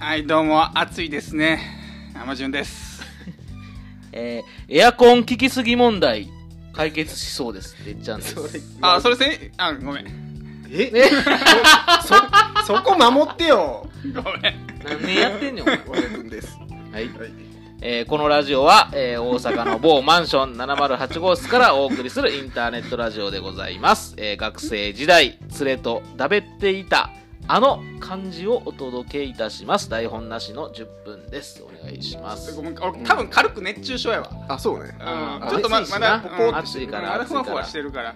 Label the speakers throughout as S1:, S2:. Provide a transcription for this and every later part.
S1: はいどうも暑いですね天順 です
S2: えーエアコン効きすぎ問題解決しそうですてっちゃんです
S3: それ
S1: あそれせあごめん
S3: え
S2: え
S3: そそそこ守ってよ
S1: ごめん
S2: 何年やってんねんお前
S3: 和田君です
S2: はい
S3: はい
S2: えーこのラジオは、えー大阪の某マンション708号室からお送りするインターネットラジオでございます、えー学生時代連れとだべっていたあの漢字をお届けいたします台本なしの10分ですお願いします
S1: ごめん俺多分軽く熱中症やわ
S3: あそうね
S2: あ
S1: うんちょっとま
S2: 暑いし
S1: ま
S2: な
S1: だ
S2: うん
S1: うん
S2: 暑いから
S1: まだ
S2: 暑
S1: ふ
S2: いから
S1: わふわしてるから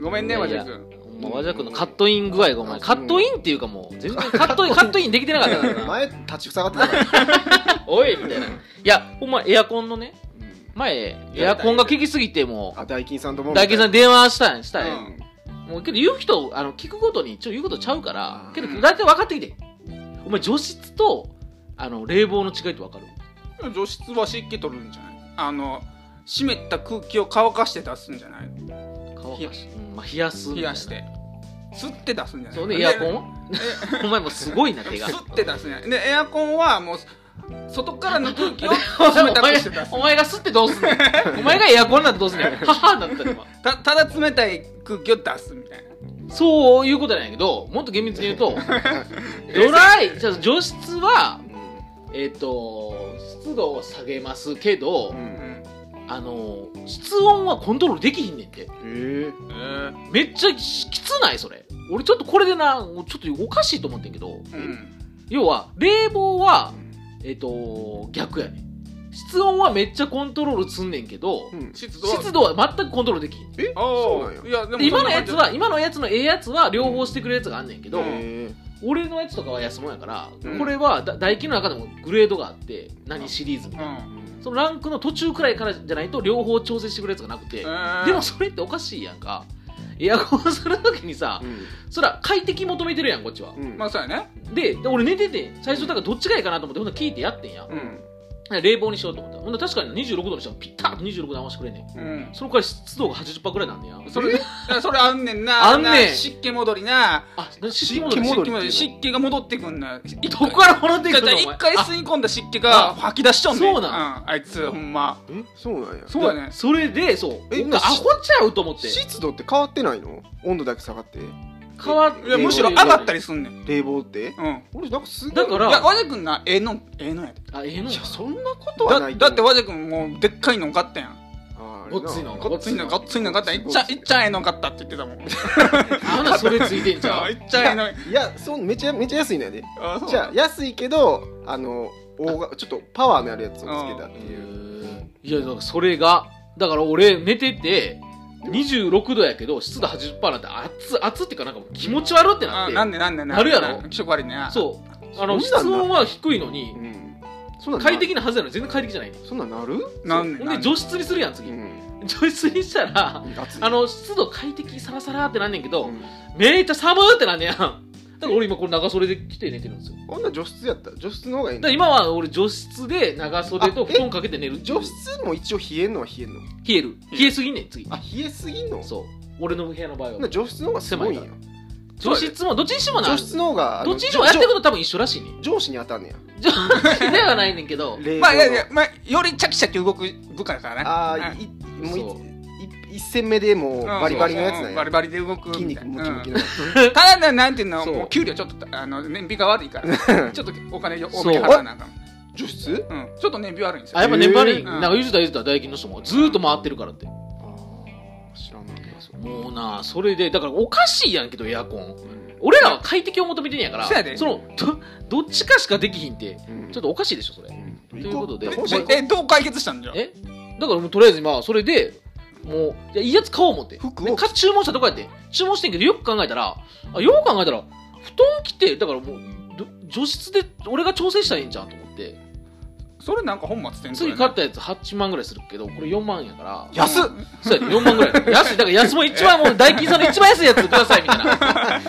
S1: ごめんね
S2: いや
S1: 和
S2: いや
S1: 田君
S2: ほんま和田君のカットイン具合がお前カットインっていうかもう全然カットインカットインできてなかったからな
S3: 前立ちふさがってたから
S2: おいみたいないやほんまエアコンのね
S3: うん
S2: 前エアコンが効きすぎても
S3: あ大金さんとも
S2: う大吉さん
S3: ん
S2: に電話したんしたん
S1: うん
S2: もうけど言う人あの聞くごとにちょ言うことちゃうから
S3: うん
S2: けど大体分かってきてお前除湿とあの冷房の違いって分かる
S1: 除湿は湿気取るんじゃないあの湿った空気を乾かして出すんじゃない
S2: 乾かし、うんまあ、冷やすみた
S1: 冷
S2: いな
S1: やして吸って出すんじゃない
S2: そうねエアコンはお前もうすごいな手が
S1: 吸って出すんじゃないでエアコンはもう外からの空気を
S2: お前
S1: 冷たくして出す
S2: お前が吸ってどうすんねんお前がエアコンなんてどうすんねん母だったら今
S1: たただ冷たい空気を出すみたいな
S2: そういうことなんやけどもっと厳密に言うとドライじゃあ除湿はえっ、と湿度を下げますけど、
S3: うんうん
S1: うん
S2: あの室温はコントロールできひんねんて
S3: ええ
S1: えー
S2: めっちゃきつないそれ俺ちょっとこれでなちょっとおかしいと思ってんけど
S1: うん
S2: 要は冷房はえっ、と逆やねん室温はめっちゃコントロールすんねんけど、
S3: うん
S1: 湿度は
S2: 湿度は全くコントロールできひん
S3: えそう
S1: あ
S3: なんや
S1: あいやでも
S2: で今のやつは今のやつのええやつは両方してくれるやつがあんねんけど、
S3: へえ
S2: 俺のやつとかは安もんやから、
S3: うん
S2: これはだ唾液の中でもグレードがあって何シリーズみたいな、
S1: うん
S2: そのランクの途中くらいからじゃないと両方調整してくれるやつがなくて、
S1: えー
S2: でもそれっておかしいやんかエアコンするときにさ、そら快適求めてるやんこっちは
S3: う、ん
S1: まあそうやね
S2: でで俺寝てて最初だからどっちがいいかなと思ってほんなら聞いてやってんや、
S1: うん
S2: 冷房にしようと思ったほんなら確かに26度にしたらピッタッと26度合わせてくれんねん
S1: うん
S2: そのから湿度が80%くらいなんねや
S1: それ それあんねんな
S2: あんねん
S1: 湿気戻りな
S2: あ湿気
S3: 湿
S2: も
S3: 気
S1: 湿
S3: 戻
S1: 気
S3: り
S1: 戻り湿気が戻ってくんな
S2: どこからもらっていく
S1: じゃ
S2: の
S1: あ
S2: お前
S1: 一回
S2: あ
S1: 吸い込んだ湿気が吐き出しちゃうね
S2: そうな
S1: うんあいつほんま
S3: えそうなんや
S1: そうやね
S2: それでそう
S3: え
S2: 僕アホちゃうと思って
S3: 湿度って変わってないの温度だけ下がって
S2: 変わっ
S1: いやむしろ上がったりすんねん
S3: 冷房って
S1: うんい
S3: 俺なんかすごい
S2: だから
S1: や和田君なええのええのやで
S2: あええの
S3: い
S2: か
S3: やそんなことはな
S1: だ
S3: い
S1: だって
S3: わ
S1: 和田君もうでっかいの買ったやん
S2: ごっついの
S1: ごっついのごっついの買ったやんいっちゃいっちゃんええの買ったって言ってたもんいっ
S2: あんなそれついてん
S1: ち
S2: じ ゃ
S1: ゃ
S2: ん
S1: いっちゃんええの
S3: いやそうめちゃめちゃ安いのやで
S1: あそう
S3: じゃあ安いけどあの大がちょっとパワーのあるやつをつけたっていう
S2: いやだからそれがだから俺寝てて26度やけど湿度80%なんて熱熱っていうかなんかもう気持ち悪ってなっ
S1: あ
S2: て
S1: なんでなんで
S2: なるやろ
S1: 気色悪いね
S2: そうあの
S3: そん
S2: 室
S3: なんな
S2: 温は低いのに
S3: うんそんなんな
S2: 快適なはずなのに全然快適じゃないね
S3: そんなんなる
S1: なんで
S2: ほん
S1: な
S2: で
S1: んで
S2: 除湿にするやん次
S3: うん
S2: 除湿にしたら
S3: 暑い
S2: あの湿度快適サラサラってなんねんけ
S3: う
S2: ど
S3: ん
S2: めっちゃ寒ーってなんねやんだから俺今これ長袖で着て寝てるんですよ
S3: こんな除湿やったら除湿の方がいい
S2: だ
S3: の
S2: から今は俺除湿で長袖と布団かけて寝る
S3: 除湿も一応冷えんのは冷えん
S2: 冷
S3: の
S2: える冷えすぎんねん次
S3: あ冷えすぎんのそ
S2: そう俺の部屋の場合
S3: んな
S2: は
S3: 除湿の方がすごいんや
S2: 狭い除湿もどっちにしてもな
S3: 除湿の方があの
S2: どっちにしてもやってること多分一緒らしいね
S3: 上上司に当たんねや
S2: 上司 ではないねんけ ど
S3: 冷
S1: まあいやい
S3: の
S1: やまあよりチャキチャキ動く部下だからね
S3: ああ
S1: うん
S3: いもうい
S2: そう
S3: い一戦目でもう
S1: うん
S3: バリバリのやつ
S1: そう
S3: な
S1: そ
S3: ん
S1: うバリ
S3: や
S1: バリで動く
S3: 筋
S1: みた
S3: 肉
S1: いな
S3: ムキムキ
S1: うん
S3: の
S1: ただねなんていうの
S2: そう
S1: もう給料ちょっとあの燃費が悪いからちょっとお金多めに払わなあかん
S3: 除湿
S1: うんちょっと燃費悪いんですよ
S2: あやっぱ年配に、
S1: えー
S2: なんか言うてた言うてた大金の人もずーっと回ってるからって
S3: あー知らんなかったそれ
S2: もうなそれでだからおかしいやんけどエアコン
S3: うん
S2: 俺らは快適を求めてんやから
S1: そうやで
S2: そのどどっちかしかできひんって
S3: うん
S2: ちょっとおかしいでしょそれ
S3: と
S2: いうことで
S3: もう
S1: ええどう解決したんじゃ
S2: えだからもうとりあえず今それでもういやいいやつ買おう思って
S3: 服
S2: で
S3: を
S2: か注文したとこやって注文してんけどよく考えたらあよく考えたら布団着てだからもうど除湿で俺が調整したらいいんじゃんと思って
S1: それなんか本末転倒
S2: 次買ったやつ8万ぐらいするけどこれ4万やから
S3: 安っ
S2: そうやね4万ぐらい 安いだから安も一番もう大金さんの一番安いやつくださいみたいな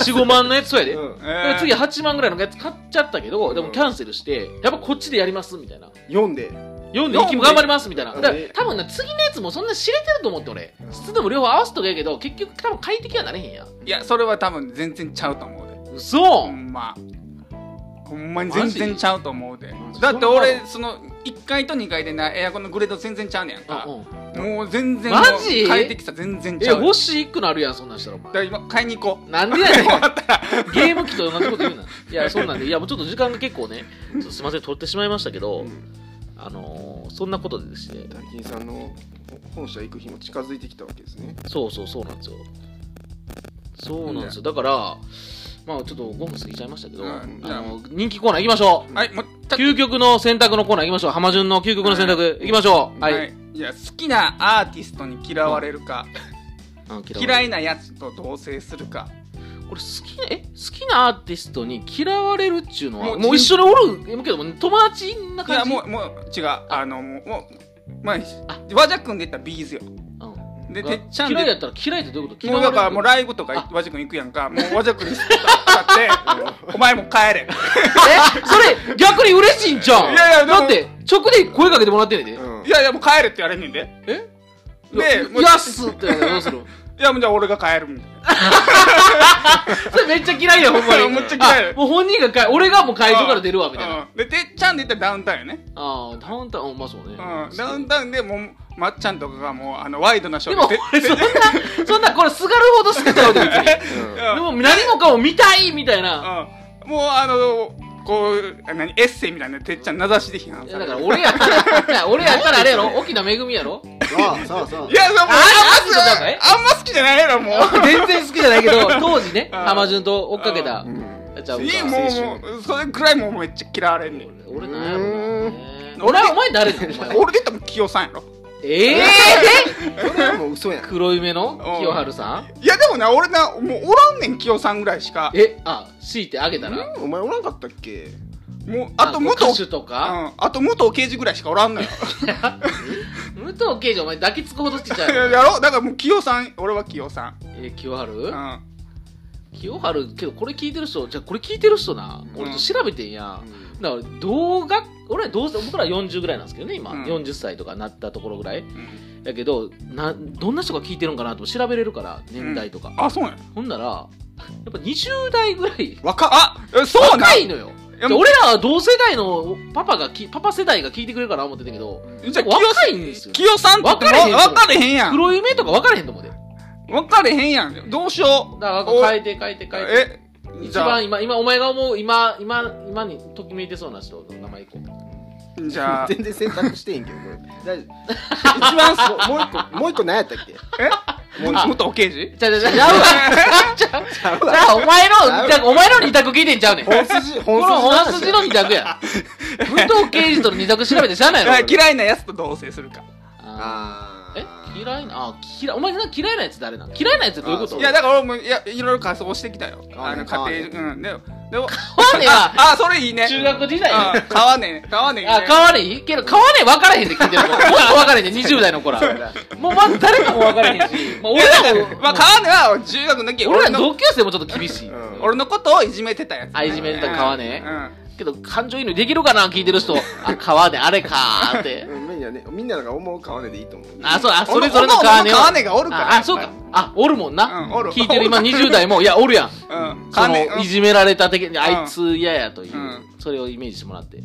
S2: 45万のやつそうやで、
S3: うん
S2: だから次
S1: は
S2: 8万ぐらいのやつ買っちゃったけどでもキャンセルしてやっぱこっちでやりますみたいな
S3: 読んで
S2: 読んで息も頑張りますみたいなだから
S3: え
S2: 多分な次のやつもそんな知れてると思って俺湿度も両方合わせとけやけど結局多分快適はなれへんやん
S1: いやそれは多分全然ちゃうと思うで
S2: 嘘
S1: ほんまほんまに全然ちゃうと思うで
S2: マジ
S1: だって
S2: そんな
S1: 俺その1階と2階でなエアコンのグレード全然ちゃうねやんかもう全然もう
S2: マジ
S1: 快適さ全然
S2: え
S1: ちゃう
S2: 欲しいくなるやんそんなんしたらお前
S1: だから今買いに行こう
S2: なんでやねん
S1: 終 わったら
S2: ゲーム機と同じこと言うな。いや、そうなんで、いや、もうちょっと時間が結構ね、ちょっとすみません、取ってしまいましたけど、あのーそんなことでですね、
S3: 大金さんの本社行く日も近づいてきたわけですね。
S2: そうそうそうなんですよ。そうなんですよ。だから、まあちょっと5分過ぎちゃいましたけど、
S1: うん
S2: あの人気コーナー行きましょう。
S1: はいもうた
S2: 究極の選択のコーナー行きましょう。浜順の究極の選択、行きましょう。
S1: は
S2: は。
S1: いいいや好きなアーティストに嫌われるか
S2: あの
S1: 嫌
S2: い。
S1: いなやつと同棲するか
S2: これ好きな、え、好きなアーティストに嫌われるっちゅうの
S1: も
S2: は、
S1: う
S2: もう一緒におるけども、友達ない感
S1: や
S2: じ。
S1: もうもう違うあのもうもうまあ和ジャ君で言ったらビーズよ
S2: うん
S1: でてっちゃん
S2: 嫌いや
S1: で
S2: ったら嫌いってどういうこと
S1: もうだからもう
S2: ラ
S1: ライブとか和ジャ君行くやんかもう和ジャ君にスポット当たってお前もう帰れ
S2: え それ逆に嬉しいんじゃん
S1: いやいやでも
S2: だって直で声かけてもらってんねんで、
S3: うん
S1: いやいやもう帰れって言われんねんで
S2: え
S1: でもう
S2: やっすって言われたらどう する
S1: いやもうじゃあ俺が帰るみたいな
S2: それめっちゃ嫌いやほんまに
S1: めっちゃ嫌い
S2: あもう本人がか俺がもう会場から出るわみたいなあ
S1: うんでてっちゃんで言ったらダウンタウンよね
S2: あーダウンタウンうんまあそう
S1: う
S2: ね、
S1: んダウンタウンでもうまっちゃんとかがもうあのワイドなショ
S2: で
S1: ー
S2: も
S1: で
S2: 俺そんなそんなこれすがるほど好きだよ別に
S3: うん
S2: でも何もかも見たいみたいな
S1: うんもうあのこう何エッセイみたいなてっちゃん名指しで批判
S2: い
S1: さ
S2: や
S1: れ
S2: だ
S1: る
S2: から俺やったら 俺やったらあれやろ沖縄恵みやろ
S3: さあさあさあ
S1: い。や、でも、あんま
S2: あそうなんかい
S1: 好きあんま好きじゃないやろ、もう。
S2: 全然好きじゃない けど当時ね
S1: うん
S2: 浜順と追っかけた
S3: うん
S2: ちゃうか
S1: いい、もう、もう、それくらいもうめっちゃ嫌われんねん。
S2: 俺なんやろうな
S1: うーん
S2: 俺はお前誰なのお前
S1: 俺で言ったら清さんやろ。
S2: ええ
S3: それはもう嘘やん。
S2: 黒夢の清春さん
S1: いや、でもな、俺な、もうおらんねん、清さんぐらいしか。
S2: えあ強いてあげたら
S3: お前おらんかったっけ
S1: もう、あと武
S2: こう歌
S1: 藤。
S2: 手と
S1: う
S2: か
S1: んあと武藤刑事ぐらいしかおらん のよ。
S2: 武藤刑事お前抱きつくほどちっちゃい
S1: や
S2: の
S1: ろだからもう清さん、俺は清さん。
S2: え清
S1: う
S2: 春
S1: ん。
S2: 清春けどこれ聞いてる人じゃあこれ聞いてる人な
S3: うん
S2: 俺と調べてんやだから同学俺ら同世僕ら40ぐらいなんですけどね今
S1: うん
S2: 40歳とかなったところぐらい
S1: うん
S2: やけどなどんな人が聞いてるんかなとも調べれるから年代とか
S1: あ、そうや。
S2: ほんならやっぱ20代ぐらい
S1: 若、あ、えそうな
S2: 若
S1: ん
S2: いのよ
S1: や
S2: で俺らは同世代のパパがきパパ世代が聞いてくれるから思ってたけど
S1: じゃあ清
S2: 若
S1: さ
S2: い
S1: ん、
S2: んですよ
S1: 清さんって
S2: 分かれへんよ
S1: 分かれへんやん。
S2: 黒夢とか分からへんと思うでだか
S1: 分かれへんやん。どうしよ
S2: ら変えて変えて
S1: う。
S2: 変えて
S1: え、
S2: 一
S1: じゃあ
S2: 番、今今お前が思う今今今にときめいてそうな人の名前いこう
S1: じゃあ、
S3: 全然選択してへんけど、これ。大丈夫。一番すごいもう一個、もう一個何やったっけ
S1: もう
S2: あ
S1: 武藤刑事
S2: じゃじゃじゃじゃじゃあお前のじゃあお前の二択聞いてんちゃうねんこ
S3: 本筋、 本
S2: の本
S3: 筋。
S2: 筋の二択や武藤刑事との二択調べて知 らないの
S1: あ嫌いなやつと同棲するか
S2: あ
S3: あ
S2: ーえ
S3: ー
S2: 嫌いなあ嫌いお前な嫌いなやつ誰なの嫌いなやつってどういうこ
S3: そ
S2: と
S1: いやだから俺もいやいろいろ仮装してきたよ
S3: 買わ
S1: あの
S3: ねえ
S1: 家庭うんでもでも
S2: わねえわ
S1: ああそれいいね
S2: 中学時代
S1: あ買わねえ買わねえ
S2: あ、変われいいけど、変われ分からへんって聞いてるもん。もっ と分からへんね20代の子ら。もうまず誰かも分からへんし。まあ、
S1: いやだか
S2: 俺ら
S1: ら
S2: も、
S1: まあ買わねえは中学の時
S2: 俺ら
S1: 俺
S2: の
S1: の
S2: 同級生もちょっと厳しい。
S3: うん
S1: 俺のことをいじめてたやつ
S2: あいじめてた川ね
S1: うんうん
S2: けど、感情移入できるかな聞いてる人。 あ、川であれかーって。
S3: うんみんなね、みんなが思う川根でいいと思う。
S2: あ、そう、あ、
S1: お
S2: それぞれの川ねを。
S1: おのおの川根がおるから
S2: あ、あそうか。あ、おるもん
S1: う
S2: な。
S1: ん おる
S2: 聞いてる今20代も、いや、おる やん。
S1: うん
S2: そ
S1: 川
S2: の
S1: 根う
S2: い
S1: ん。
S2: じめられた的に、あいつ嫌やといううんそれをイメージしてもらって。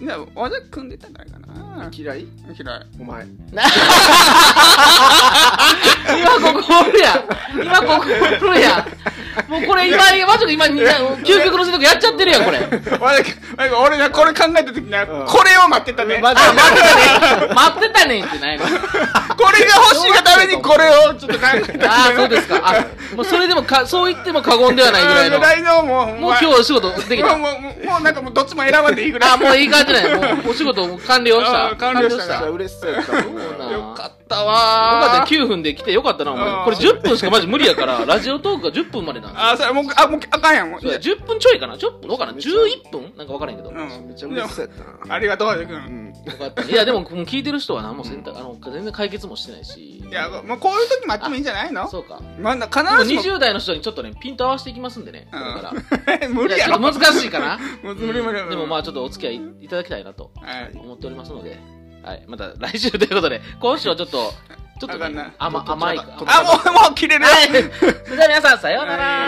S1: でも和田君出たんじゃないかな
S3: 嫌い
S1: 嫌い
S3: お前。
S2: 今ここおるやん今ここおるやんもうこれ今、マジで今、究極の選択やっちゃってるやん、これ。
S1: 和田君和田君俺がこれ考えた時には
S3: うん
S1: これを待ってたねこ
S3: ま
S1: れが
S3: だ、
S2: 待ってたねんってな いの。
S1: 欲しいがためにこれをちょっと考えた
S2: ああ、そうですか。あ、もうそれでもか、そう言っても過言ではないぐらいの。
S1: ぐらいのもうほん
S2: もう
S1: ま
S2: 今日お仕事でき
S1: もう
S2: た。
S1: もうもうもうなんかもうどっちも選ばんでいいぐらい
S2: あもういい感じだよ。もうお仕事も完了し
S1: う
S2: た。
S1: ん完了した
S3: さあ、嬉しそうやったもんな。
S2: そうなん
S3: よ
S1: よかった
S2: よかった
S1: わー
S2: よ9分で来てよかったな、お
S1: う
S2: 前。
S1: ん
S2: これ10分しかマジ無理やから、ラジオトークが10分までなんですよ
S1: あそれもうあもうあかんやんもう
S2: そうや。10分ちょいかな ?10 分どうかな ?11 分なんかわからへんけど。
S1: うん
S3: めっちゃ嬉しそうやったな。
S1: ありがとう和田
S3: う
S1: 君
S3: ん。
S2: よかったいやでももう聞いてる人は何も選択、あの全然解決もしてないし
S1: いやもうこういう時もあってもいいんじゃないの
S2: そうか
S1: まだ
S2: でも
S1: 必ずしも
S2: 20代の人にちょっとねピント合わせていきますんでね、これか ら
S1: 無理
S2: いや
S1: や
S2: ちょっ
S1: ろ
S2: と難しいかな
S1: 無理無理無理
S2: でもまあちょっとお付き合いいただきたいなと
S1: はい
S2: 思っておりますので、はい、また来週ということで今週はちょっとちょっと
S1: あか
S2: ね、
S1: んな
S2: 甘甘い
S3: ちょっと
S1: あもうもう切れる
S2: はいそれでは皆さんさようなら、
S1: はい